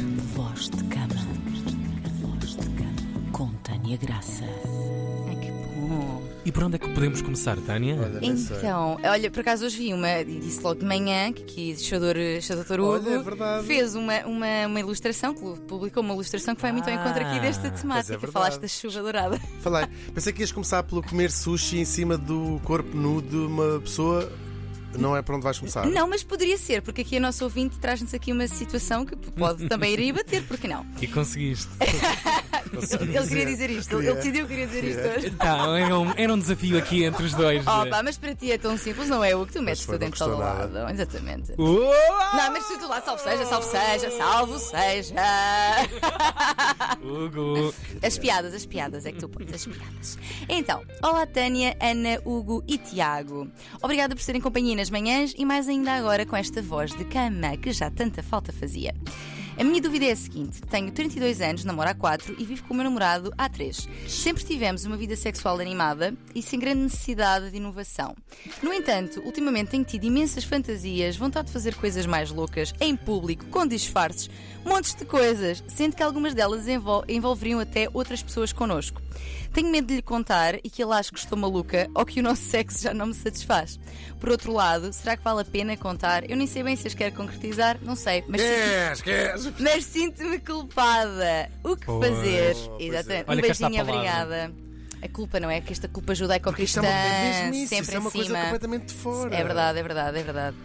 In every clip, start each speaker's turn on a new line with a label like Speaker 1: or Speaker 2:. Speaker 1: Voz de Cama. Voz de Cama. Com Tânia Graça.
Speaker 2: Ai, que bom.
Speaker 3: E por onde é que podemos começar, Tânia?
Speaker 4: Olha, é nem sei.
Speaker 2: Então, olha, por acaso hoje vi uma, e disse logo de manhã, que, que Xador, Xador Hugo
Speaker 4: Olha, é verdade.
Speaker 2: fez uma, uma, uma ilustração, que publicou uma ilustração que foi muito ao encontro aqui
Speaker 3: Ah,
Speaker 2: desta
Speaker 3: pois é
Speaker 2: temática.
Speaker 4: verdade.
Speaker 2: Falaste da chuva dourada.
Speaker 4: Falei, pensei que ias começar pelo comer sushi em cima do corpo nu de uma pessoa. Não é para onde vais começar.
Speaker 2: Não, mas poderia ser, porque aqui a nossa ouvinte traz-nos aqui uma situação que pode também ir aí bater, porque não?
Speaker 3: E conseguiste.
Speaker 2: Ele, ele
Speaker 4: é.
Speaker 2: queria dizer isto, ele- ele decidiu que queria dizer isto hoje.
Speaker 3: Tá, era um, era um desafio aqui entre os dois. né?
Speaker 2: Oh, pá, mas para ti é tão simples, não é o que tu metes
Speaker 4: foi,
Speaker 2: tudo
Speaker 4: não
Speaker 2: em todo
Speaker 4: custou
Speaker 2: lado.
Speaker 4: nada.
Speaker 2: Exatamente.
Speaker 3: Uou!
Speaker 2: Não, mas se tu lá, salve seja, salve seja, salvo seja.
Speaker 3: Hugo!
Speaker 2: As piadas, as piadas, é que tu pões, as piadas. Então, olá Tânia, Ana, Hugo e Tiago. Obrigada por serem companhia nas manhãs e mais ainda agora com esta voz de cama que já tanta falta fazia. A minha dúvida é a seguinte: tenho 32 anos, namoro há 4 e vivo com o meu namorado há 3. Sempre tivemos uma vida sexual animada e sem grande necessidade de inovação. No entanto, ultimamente tenho tido imensas fantasias, vontade de fazer coisas mais loucas, em público, com disfarces, montes de coisas, sendo que algumas delas envol- envolveriam até outras pessoas connosco. Tenho medo de lhe contar e que ele ache que estou maluca ou que o nosso sexo já não me satisfaz. Por outro lado, será que vale a pena contar? Eu nem sei bem se as quero concretizar, não sei, mas,
Speaker 4: Esquece, esquece.
Speaker 2: mas sinto-me culpada. O que fazer?
Speaker 4: pois é.
Speaker 2: Exatamente.
Speaker 3: Olha
Speaker 2: um
Speaker 3: cá está a
Speaker 2: beijinho,
Speaker 3: palavra.
Speaker 2: obrigada. A culpa não é que esta culpa judaico-cristã
Speaker 4: Isto é uma, mesmo isso,
Speaker 2: sempre
Speaker 4: isso
Speaker 2: em
Speaker 4: é uma
Speaker 2: cima.
Speaker 4: coisa completamente de fora.
Speaker 2: É verdade, é verdade, é verdade.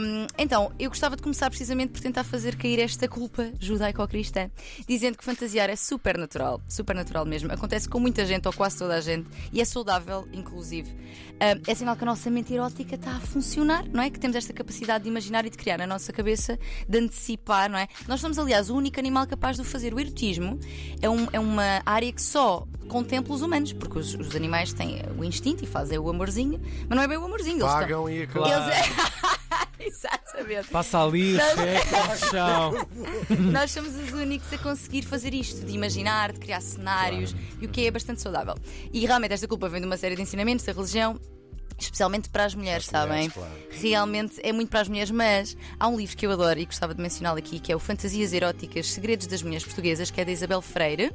Speaker 2: Hum, então, eu gostava de começar precisamente por tentar fazer cair esta culpa judaico-cristã, dizendo que fantasiar é super natural, super natural mesmo. Acontece com muita gente, ou quase toda a gente, e é saudável, inclusive. Hum, é sinal que a nossa mente erótica está a funcionar, não é? Que temos esta capacidade de imaginar e de criar na nossa cabeça, de antecipar, não é? Nós somos, aliás, o único animal capaz de o fazer. O erotismo é, um- é uma área que só contempla os humanos, porque os, os animais têm o instinto e fazem o amorzinho, mas não é bem o amorzinho. eles estão-
Speaker 4: Pagam e acabam.
Speaker 3: Claro.
Speaker 2: Exatamente.
Speaker 3: Passa ali, checa ao chão.
Speaker 2: Nós somos os únicos a conseguir fazer isto, de imaginar, de criar cenários, e o que é bastante saudável. E realmente esta culpa vem de uma série de ensinamentos da religião. Especialmente para as mulheres, sabem? Realmente é muito para as mulheres, mas há um livro que eu adoro e gostava de mencioná-lo aqui, que é o Fantasias Eróticas Segredos das Mulheres Portuguesas, que é da Isabel Freire.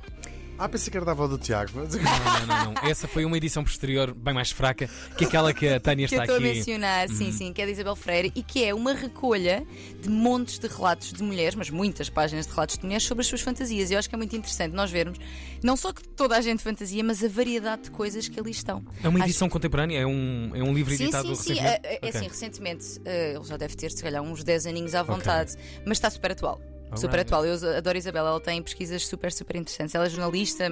Speaker 4: Ah, pensei que era da avó do Tiago. mas- é
Speaker 3: Não, não, não. Essa foi uma edição posterior, bem mais fraca, que aquela que a Tânia
Speaker 2: que eu
Speaker 3: está
Speaker 2: estou a
Speaker 3: aqui. Uhum.
Speaker 2: mencionar, sim, sim, que é da Isabel Freire e que é uma recolha de montes de relatos de mulheres, mas muitas páginas de relatos de mulheres sobre as suas fantasias. E eu acho que é muito interessante nós vermos não só que toda a gente fantasia, mas a variedade de coisas que ali estão.
Speaker 3: É uma
Speaker 2: Acho-
Speaker 3: edição contemporânea? É um, é um livro
Speaker 2: Sim,
Speaker 3: editado
Speaker 2: sim, sim. É,
Speaker 3: recentemente?
Speaker 2: é- é
Speaker 3: Ok.
Speaker 2: assim, recentemente, eh, ele já deve ter, se calhar, uns 10 aninhos à vontade, mas está super atual.
Speaker 3: Alright.
Speaker 2: Super atual. Eu adoro a Isabel, ela tem pesquisas super, super interessantes. Ela é jornalista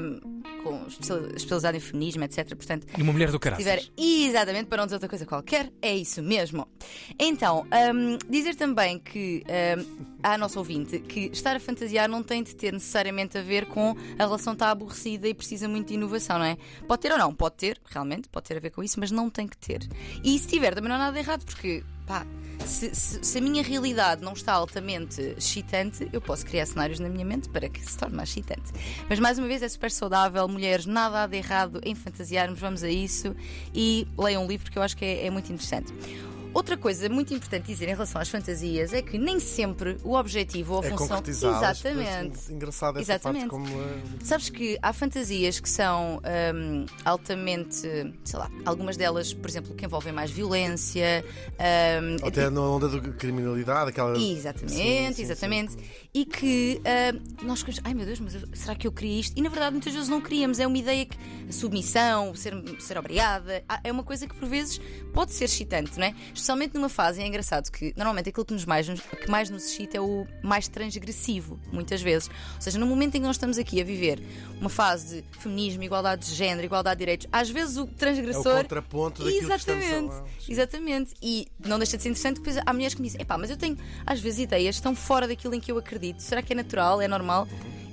Speaker 2: com especial- especializada em feminismo, etc. Portanto,
Speaker 3: E uma mulher do
Speaker 2: se
Speaker 3: caraças.
Speaker 2: tiver exatamente para não dizer outra coisa qualquer, é isso mesmo. Então, hum, dizer também que hum, à nossa ouvinte que estar a fantasiar não tem de ter necessariamente a ver com a relação está aborrecida e precisa muito de inovação, não é? Pode ter ou não, pode ter, realmente, pode ter a ver com isso, mas não tem que ter. E se tiver, também não há nada de errado, porque pá, se, se- se a minha realidade não está altamente excitante, eu posso criar cenários na minha mente para que se torne mais excitante. Mas mais uma vez é super saudável, mulheres, nada há de errado em fantasiarmos, vamos a isso e leiam um livro que eu acho que é, é muito interessante. Outra coisa muito importante dizer em relação às fantasias é que nem sempre o objetivo ou a
Speaker 4: É
Speaker 2: função.
Speaker 4: concretizá-las. assim
Speaker 2: Exatamente.
Speaker 4: Parece Engraçado essa
Speaker 2: Exatamente.
Speaker 4: parte como. eh,
Speaker 2: Sabes que há fantasias que são hum, altamente, sei lá, algumas delas, por exemplo, que envolvem mais violência, hum,
Speaker 4: Até na onda da criminalidade, aquela.
Speaker 2: Exatamente,
Speaker 4: Sim, sim,
Speaker 2: exatamente. E que ah, nós ficamos, ai meu Deus, mas eu- será que eu queria isto? E na verdade muitas vezes não queríamos, é uma ideia que a submissão, ser, ser obrigada, ah, é uma coisa que por vezes pode ser excitante, não é? Especialmente numa fase, é engraçado que normalmente aquilo que, nos mais, nos- que mais nos excita é o mais transgressivo, muitas vezes. Ou seja, no momento em que nós estamos aqui a viver uma fase de feminismo, igualdade de género, igualdade de direitos, às vezes o
Speaker 4: É o
Speaker 2: transgressor
Speaker 4: contraponto daquilo que
Speaker 2: Exatamente,
Speaker 4: estamos a-
Speaker 2: exatamente. E não deixa de ser interessante, depois há mulheres que me dizem: epá, mas eu tenho às vezes ideias tão fora daquilo em que eu acredito, será que é natural, é normal?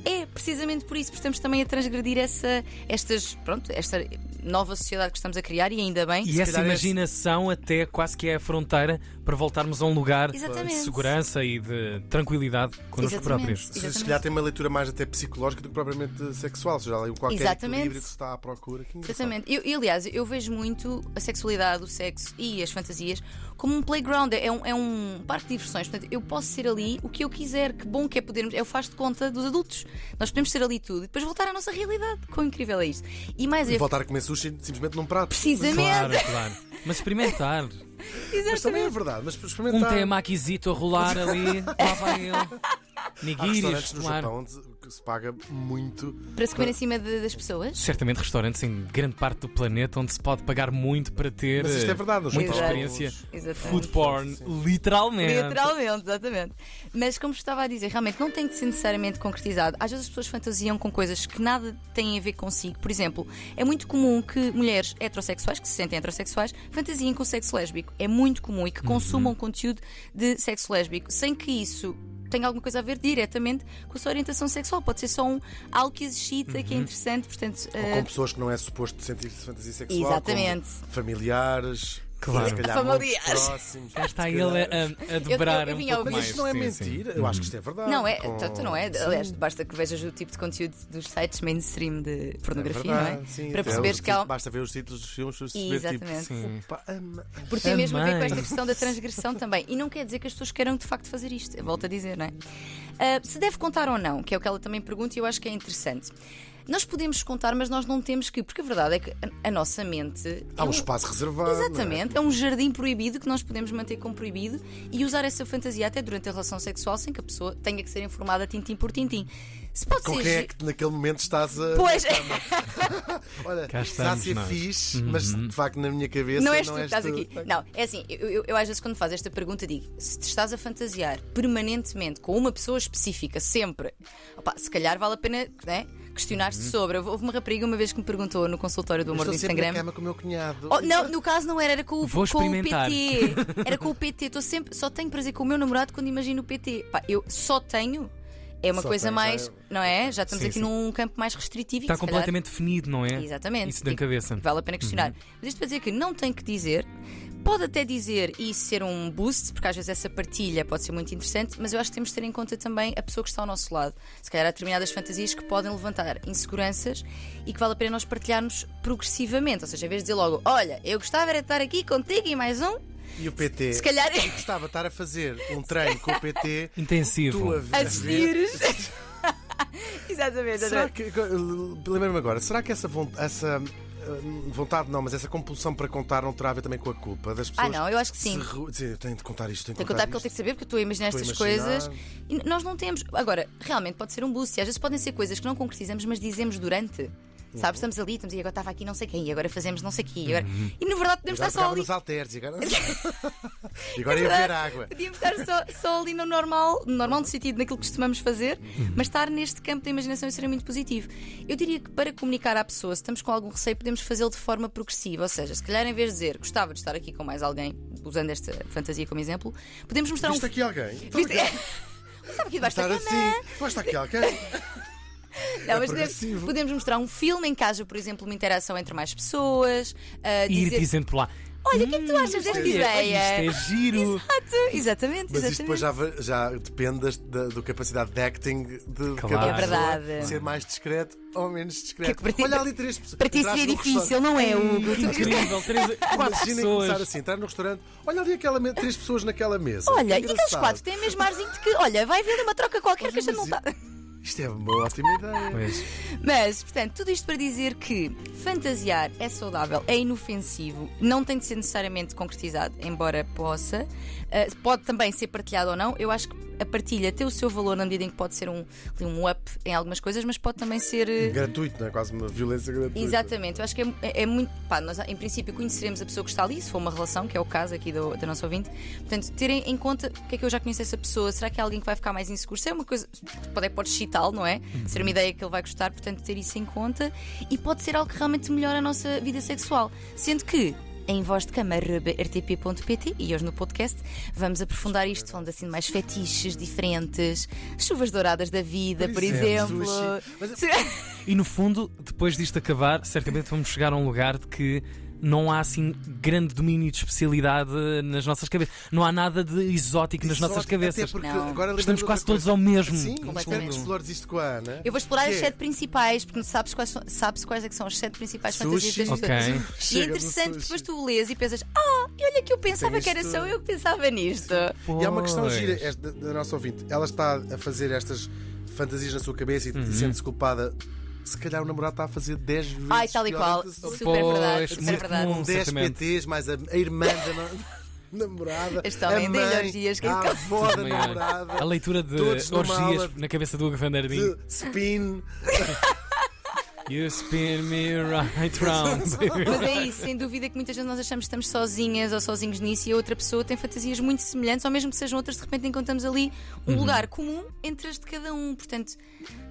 Speaker 2: É precisamente por isso, porque estamos também a transgredir essa, estas, pronto, esta nova sociedade que estamos a criar e ainda bem.
Speaker 3: E essa
Speaker 4: calhar esse-
Speaker 3: imaginação até quase que é a fronteira para voltarmos a um lugar
Speaker 2: Exatamente.
Speaker 3: de segurança e de tranquilidade connosco
Speaker 2: Exatamente.
Speaker 3: próprios.
Speaker 4: Se- Se
Speaker 2: Exatamente.
Speaker 4: calhar tem uma leitura mais até psicológica do que propriamente sexual, seja lá em qualquer
Speaker 2: Exatamente.
Speaker 4: equilíbrio que se está à procura. Que engraçado.
Speaker 2: Exatamente. Eu, eu, aliás, eu vejo muito a sexualidade, o sexo e as fantasias como um playground, é um, é um parque de diversões. Portanto, eu posso ser ali o que eu quiser. Que bom que é podermos. Eu faço de conta dos adultos. Nós podemos ser ali tudo e depois voltar à nossa realidade. Quão incrível é isto. E mais
Speaker 4: E
Speaker 2: eu.
Speaker 4: voltar a comer sushi simplesmente num prato.
Speaker 2: Precisamente.
Speaker 3: Claro, claro. Mas experimentar.
Speaker 4: Mas também é
Speaker 2: Exatamente.
Speaker 4: verdade, mas para
Speaker 3: Um
Speaker 4: experimentar.
Speaker 3: tema aquisito a rolar ali, lá vai ele.
Speaker 4: Há restaurantes
Speaker 3: Nigiris,
Speaker 4: no
Speaker 3: claro.
Speaker 4: Japão onde que se paga muito.
Speaker 2: Para se comer em cima de- das pessoas.
Speaker 3: Certamente restaurantes em grande parte do planeta onde se pode pagar muito para ter
Speaker 4: Mas isto é verdade, no
Speaker 3: muita
Speaker 4: Japão,
Speaker 3: experiência.
Speaker 4: os-
Speaker 2: Exatamente.
Speaker 3: Food porn,
Speaker 4: Sim.
Speaker 3: literalmente.
Speaker 2: Literalmente, exatamente. Mas como estava a dizer, realmente não tem de ser necessariamente concretizado. Às vezes as pessoas fantasiam com coisas que nada têm a ver consigo. Por exemplo, é muito comum que mulheres heterossexuais, que se sentem heterossexuais, fantasiem com sexo lésbico. É muito comum e
Speaker 4: Uhum.
Speaker 2: que consumam conteúdo de sexo lésbico, sem que isso tenha alguma coisa a ver diretamente com a sua orientação sexual. Pode ser só um algo que excita, que é interessante, portanto.
Speaker 4: Uhum. Ou
Speaker 2: eh,
Speaker 4: com pessoas que não é suposto sentir-se fantasia sexual.
Speaker 2: Exatamente.
Speaker 4: como Familiares.
Speaker 3: Claro.
Speaker 4: Se calhar,
Speaker 2: Familiares.
Speaker 4: muito próximos.
Speaker 3: Cá está
Speaker 4: se
Speaker 3: ele
Speaker 4: calhar-
Speaker 2: é,
Speaker 3: a, a dobrar
Speaker 2: eu- eu
Speaker 3: um
Speaker 2: vim
Speaker 3: pouco
Speaker 2: ao-
Speaker 4: Mas
Speaker 3: mais.
Speaker 4: isto não é
Speaker 3: sim, sim.
Speaker 4: mentira. Eu acho que isto é verdade.
Speaker 2: Não é,
Speaker 4: Com-
Speaker 2: tanto não é.
Speaker 4: Sim.
Speaker 2: Aliás, basta que vejas o tipo de conteúdo dos sites mainstream de pornografia,
Speaker 4: É
Speaker 2: não é?
Speaker 4: verdade, sim,
Speaker 2: Para
Speaker 4: até tipo
Speaker 2: perceberes
Speaker 4: os
Speaker 2: que há. um-
Speaker 4: títulos- Basta ver os títulos dos filmes para perceber
Speaker 2: Exatamente.
Speaker 4: tipo.
Speaker 3: Sim.
Speaker 4: Opa, ama-
Speaker 2: Porque tem mesmo a ver com
Speaker 3: Também.
Speaker 2: esta questão da transgressão também. E não quer dizer que as pessoas queiram de facto fazer isto. Eu volto a dizer, não é? Ah, se deve contar ou não, que é o que ela também pergunta e eu acho que é interessante. Nós podemos contar, mas nós não temos que, porque a verdade é que a, a nossa mente.
Speaker 4: Há
Speaker 2: é
Speaker 4: um espaço reservado. não é?
Speaker 2: Exatamente, é um jardim proibido que nós podemos manter como proibido e usar essa fantasia até durante a relação sexual sem que a pessoa tenha que ser informada tintim por tintim. Se pode
Speaker 4: Com
Speaker 2: ser.
Speaker 4: quem é
Speaker 2: gi-
Speaker 4: que naquele momento estás é a.
Speaker 2: Pois,
Speaker 4: Olha,
Speaker 3: Cá
Speaker 4: está a
Speaker 3: estamos
Speaker 4: ser
Speaker 3: nós. Uhum.
Speaker 4: fixe, mas de facto na minha cabeça.
Speaker 2: não és tu que estás aqui.
Speaker 4: tá
Speaker 2: Não, é assim, eu, eu- eu às vezes quando faço esta pergunta digo: se te estás a fantasiar permanentemente com uma pessoa específica, sempre, opá, se calhar vale a pena né, questionar-se sobre. Houve uma rapariga uma vez que me perguntou no consultório do
Speaker 4: Uhum. Eu
Speaker 2: amor
Speaker 4: Estou
Speaker 2: do
Speaker 4: sempre na
Speaker 2: Instagram.
Speaker 4: cama com o meu cunhado.
Speaker 2: Oh, não, no caso não era, era com, o-
Speaker 3: Vou
Speaker 2: com o
Speaker 3: experimentar.
Speaker 2: PT. Era com o PT. Tô sempre, só tenho prazer com o meu namorado quando imagino o PT. Pá, eu só tenho. É uma
Speaker 4: Só
Speaker 2: coisa
Speaker 4: tenho,
Speaker 2: mais.
Speaker 4: já é-
Speaker 2: Não é? Já estamos
Speaker 3: Sim,
Speaker 2: aqui
Speaker 3: sim.
Speaker 2: num campo mais restritivo. e
Speaker 3: Está
Speaker 2: que se calhar-
Speaker 3: completamente definido, não é?
Speaker 2: Exatamente.
Speaker 3: Isso da
Speaker 2: E
Speaker 3: cabeça. Uhum.
Speaker 2: Vale a pena questionar. Mas isto para dizer que não tem que dizer. Pode até dizer e ser um boost, porque às vezes essa partilha pode ser muito interessante, mas eu acho que temos de ter em conta também a pessoa que está ao nosso lado. Se calhar há determinadas fantasias que podem levantar inseguranças e que vale a pena nós partilharmos progressivamente. Ou seja, em vez de dizer logo, olha, eu gostava era de estar aqui contigo e mais um,
Speaker 4: E o PT.
Speaker 2: se calhar
Speaker 4: Eu gostava de estar a fazer um treino com o PT.
Speaker 3: Intensivo.
Speaker 4: Tu a ver.
Speaker 2: assistires. Exatamente,
Speaker 4: Será
Speaker 2: André.
Speaker 4: que. Lembra-me agora, será que essa vontade. Essa, hum, vontade não, mas essa compulsão para contar não terá a ver também com a culpa das pessoas.
Speaker 2: Ah, não, eu acho que sim.
Speaker 4: Se re- dizer, eu tenho de contar isto, tenho de
Speaker 2: Tem que contar
Speaker 4: contar,
Speaker 2: porque ele tem que
Speaker 4: isto.
Speaker 2: saber, porque eu estou a imaginar
Speaker 4: Estou a
Speaker 2: estas
Speaker 4: imaginar.
Speaker 2: coisas e n- nós não temos. Agora, realmente pode ser um boost e às vezes podem ser coisas que não concretizamos, mas dizemos durante.
Speaker 4: Uhum.
Speaker 2: Sabes, estamos ali, estamos e agora estava aqui não sei quem, e agora fazemos não sei o quê, e agora. E na verdade podemos
Speaker 4: Agora
Speaker 2: estar só
Speaker 4: pegava
Speaker 2: ali. É
Speaker 4: nos halteres e agora. e agora ia beber água.
Speaker 2: Podíamos estar só, só ali no normal, no normal no sentido daquilo que costumamos fazer,
Speaker 4: Uhum.
Speaker 2: mas estar neste campo da imaginação isso seria muito positivo. Eu diria que para comunicar à pessoa, se estamos com algum receio, podemos fazê-lo de forma progressiva. Ou seja, se calhar em vez de dizer gostava de estar aqui com mais alguém, usando esta fantasia como exemplo, podemos mostrar
Speaker 4: Viste
Speaker 2: um.
Speaker 4: aqui alguém? Então,
Speaker 2: Viste- É, Estava aqui debaixo da
Speaker 4: Estar
Speaker 2: cama.
Speaker 4: assim. Gosta aqui alguém?
Speaker 2: Não, mas podemos,
Speaker 4: progressivo.
Speaker 2: podemos mostrar um filme em casa, por exemplo, uma interação entre mais pessoas, ah,
Speaker 3: E ir
Speaker 2: dizer.
Speaker 3: dizendo por lá.
Speaker 2: Olha, o que é que
Speaker 4: Hum,
Speaker 2: tu achas desta
Speaker 3: Olha,
Speaker 2: ideia?
Speaker 3: Isto é giro.
Speaker 2: Exato, exatamente,
Speaker 4: Mas
Speaker 2: exatamente.
Speaker 4: isto depois já, va- já depende das- da, do capacidade de acting de de
Speaker 3: Claro.
Speaker 4: cada
Speaker 3: É
Speaker 4: pessoa
Speaker 2: verdade.
Speaker 4: ser mais discreto ou menos discreto.
Speaker 2: Que para ti-
Speaker 4: Olha ali três pessoas.
Speaker 2: Para ti
Speaker 4: Entraste
Speaker 2: seria
Speaker 4: num
Speaker 2: difícil,
Speaker 4: restaurante.
Speaker 2: não é, Hugo? Tu-
Speaker 3: Incrível. Três, quatro
Speaker 4: Imaginem começar
Speaker 3: pessoas.
Speaker 4: assim, entrar no restaurante, olha ali aquela me- três pessoas naquela mesa.
Speaker 2: Olha,
Speaker 4: Que
Speaker 2: e aqueles
Speaker 4: engraçado.
Speaker 2: quatro têm mesmo arzinho de que, olha, vai haver uma troca qualquer que a gente não tá-" está.
Speaker 4: Isto é uma ótima ideia.
Speaker 3: Pois.
Speaker 2: Mas, portanto, tudo isto para dizer que fantasiar é saudável, é inofensivo, não tem de ser necessariamente concretizado, embora possa. Ah, pode também ser partilhado ou não. Eu acho que a partilha tem o seu valor na medida em que pode ser um, ali um up em algumas coisas, mas pode também ser. eh,
Speaker 4: Gratuito, não é? Quase uma violência gratuita.
Speaker 2: Exatamente, eu acho que é, é- é muito. Pá, nós em princípio conheceremos a pessoa que está ali, se for uma relação, que é o caso aqui do, da nossa ouvinte. Portanto, terem em conta o que é que eu já conheço essa pessoa, será que é alguém que vai ficar mais inseguro? Se é uma coisa. Pode, pode excitá-lo, não é? Ser uma ideia que ele vai gostar, portanto, ter isso em conta. E pode ser algo que realmente melhora a nossa vida sexual. Sendo que em voz de cama, rtp.pt e hoje no podcast vamos aprofundar isto, falando assim de mais fetiches diferentes, chuvas douradas da vida, por,
Speaker 4: Por exemplo,
Speaker 2: exemplo.
Speaker 4: sushi.
Speaker 3: E no fundo, depois disto acabar, certamente vamos chegar a um lugar de que não há assim grande domínio de especialidade nas nossas cabeças. Não há nada de exótico nas nossas
Speaker 4: Exótico,
Speaker 3: cabeças.
Speaker 4: Até porque
Speaker 2: Não.
Speaker 4: agora
Speaker 3: Estamos
Speaker 4: lembrei-me
Speaker 3: quase
Speaker 4: de
Speaker 3: todos
Speaker 4: outra coisa.
Speaker 3: ao mesmo.
Speaker 4: Sim,
Speaker 2: Completamente.
Speaker 4: completamente. Flores isto com a Ana.
Speaker 2: Eu vou explorar
Speaker 4: Que
Speaker 2: as
Speaker 4: é?
Speaker 2: sete principais, porque sabes quais são, sabes quais é que são as sete principais
Speaker 4: Sushi.
Speaker 2: fantasias das
Speaker 3: Ok.
Speaker 2: pessoas. E é
Speaker 4: Chega do
Speaker 2: interessante que
Speaker 4: sushi.
Speaker 2: depois tu lês e pensas, ah, e olha que eu pensava que era
Speaker 4: isto-
Speaker 2: só eu que pensava nisto.
Speaker 4: E há uma questão
Speaker 3: Pois.
Speaker 4: gira é esta, da nossa ouvinte. Ela está a fazer estas fantasias na sua cabeça e
Speaker 3: Uhum.
Speaker 4: sente-se culpada. Se calhar o namorado está a fazer 10 vezes.
Speaker 2: Ai, tal e
Speaker 4: pior
Speaker 2: qual.
Speaker 4: do que se-
Speaker 2: Super
Speaker 3: Pois,
Speaker 2: verdade,
Speaker 3: muito
Speaker 2: super verdade.
Speaker 3: comum.
Speaker 4: 10
Speaker 3: certamente.
Speaker 4: PTs, mais a, a irmã da no- namorada.
Speaker 2: Este
Speaker 4: a
Speaker 2: homem tem
Speaker 4: mãe, Ah,
Speaker 2: orgias que-
Speaker 4: a avó da
Speaker 3: Também há.
Speaker 4: namorada.
Speaker 3: A leitura de
Speaker 4: Todos numa aula
Speaker 3: orgias
Speaker 4: de-
Speaker 3: na cabeça do Hugo Van Der Ding.
Speaker 4: de Spin.
Speaker 3: You spin me right round.
Speaker 2: Mas é isso, sem dúvida que muitas vezes nós achamos que estamos sozinhas ou sozinhos nisso e a outra pessoa tem fantasias muito semelhantes, ou mesmo que sejam outras, de repente encontramos ali um
Speaker 3: Uhum.
Speaker 2: lugar comum entre as de cada um. Portanto,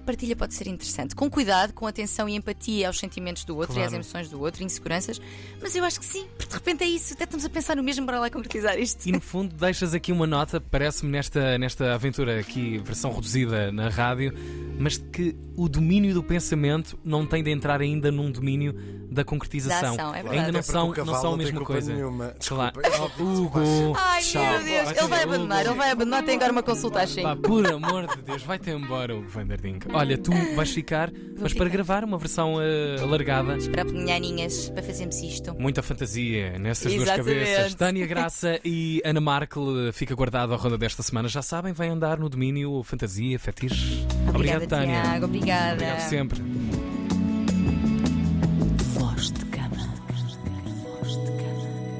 Speaker 2: partilha pode ser interessante. Com cuidado, com atenção e empatia aos sentimentos do outro e
Speaker 3: Claro.
Speaker 2: às emoções do outro, inseguranças. Mas eu acho que sim, porque de repente é isso. Até estamos a pensar no mesmo para lá concretizar isto.
Speaker 3: E no fundo deixas aqui uma nota, parece-me nesta, nesta aventura aqui, versão reduzida na rádio, mas que o domínio do pensamento não tem de entrar ainda num domínio da
Speaker 2: Da
Speaker 3: concretização.
Speaker 2: ação, é verdade.
Speaker 3: ainda não
Speaker 4: Até porque
Speaker 3: são,
Speaker 4: o
Speaker 3: não são
Speaker 4: cavalo
Speaker 3: a
Speaker 4: não tem
Speaker 3: mesma
Speaker 4: culpa
Speaker 3: coisa.
Speaker 4: nenhuma.
Speaker 3: Claro.
Speaker 4: Desculpa, eu só digo
Speaker 3: Oh,
Speaker 4: desculpa.
Speaker 3: Hugo,
Speaker 2: Ai
Speaker 3: tchau.
Speaker 2: meu Deus,
Speaker 3: Vai
Speaker 2: ele vai
Speaker 3: ter-
Speaker 2: abandonar, ele vai abandonar, tem agora uma consulta às
Speaker 3: Pá,
Speaker 2: 5.
Speaker 3: por amor de Deus, vai-te embora, Hugo Vanderding. Olha, tu vais ficar, mas
Speaker 2: ficar.
Speaker 3: para gravar uma versão eh, alargada.
Speaker 2: Para ninhaninhas, para fazermos isto.
Speaker 3: Muita fantasia nessas duas
Speaker 2: Exatamente.
Speaker 3: cabeças. Tânia Graça e Ana Markel eh, fica guardado à ronda desta semana. Já sabem, vai andar no domínio fantasia, fetiche.
Speaker 2: Obrigada,
Speaker 3: Obrigado, Tânia.
Speaker 2: Tiago. Obrigada.
Speaker 3: Obrigado sempre.
Speaker 1: Voz de cama.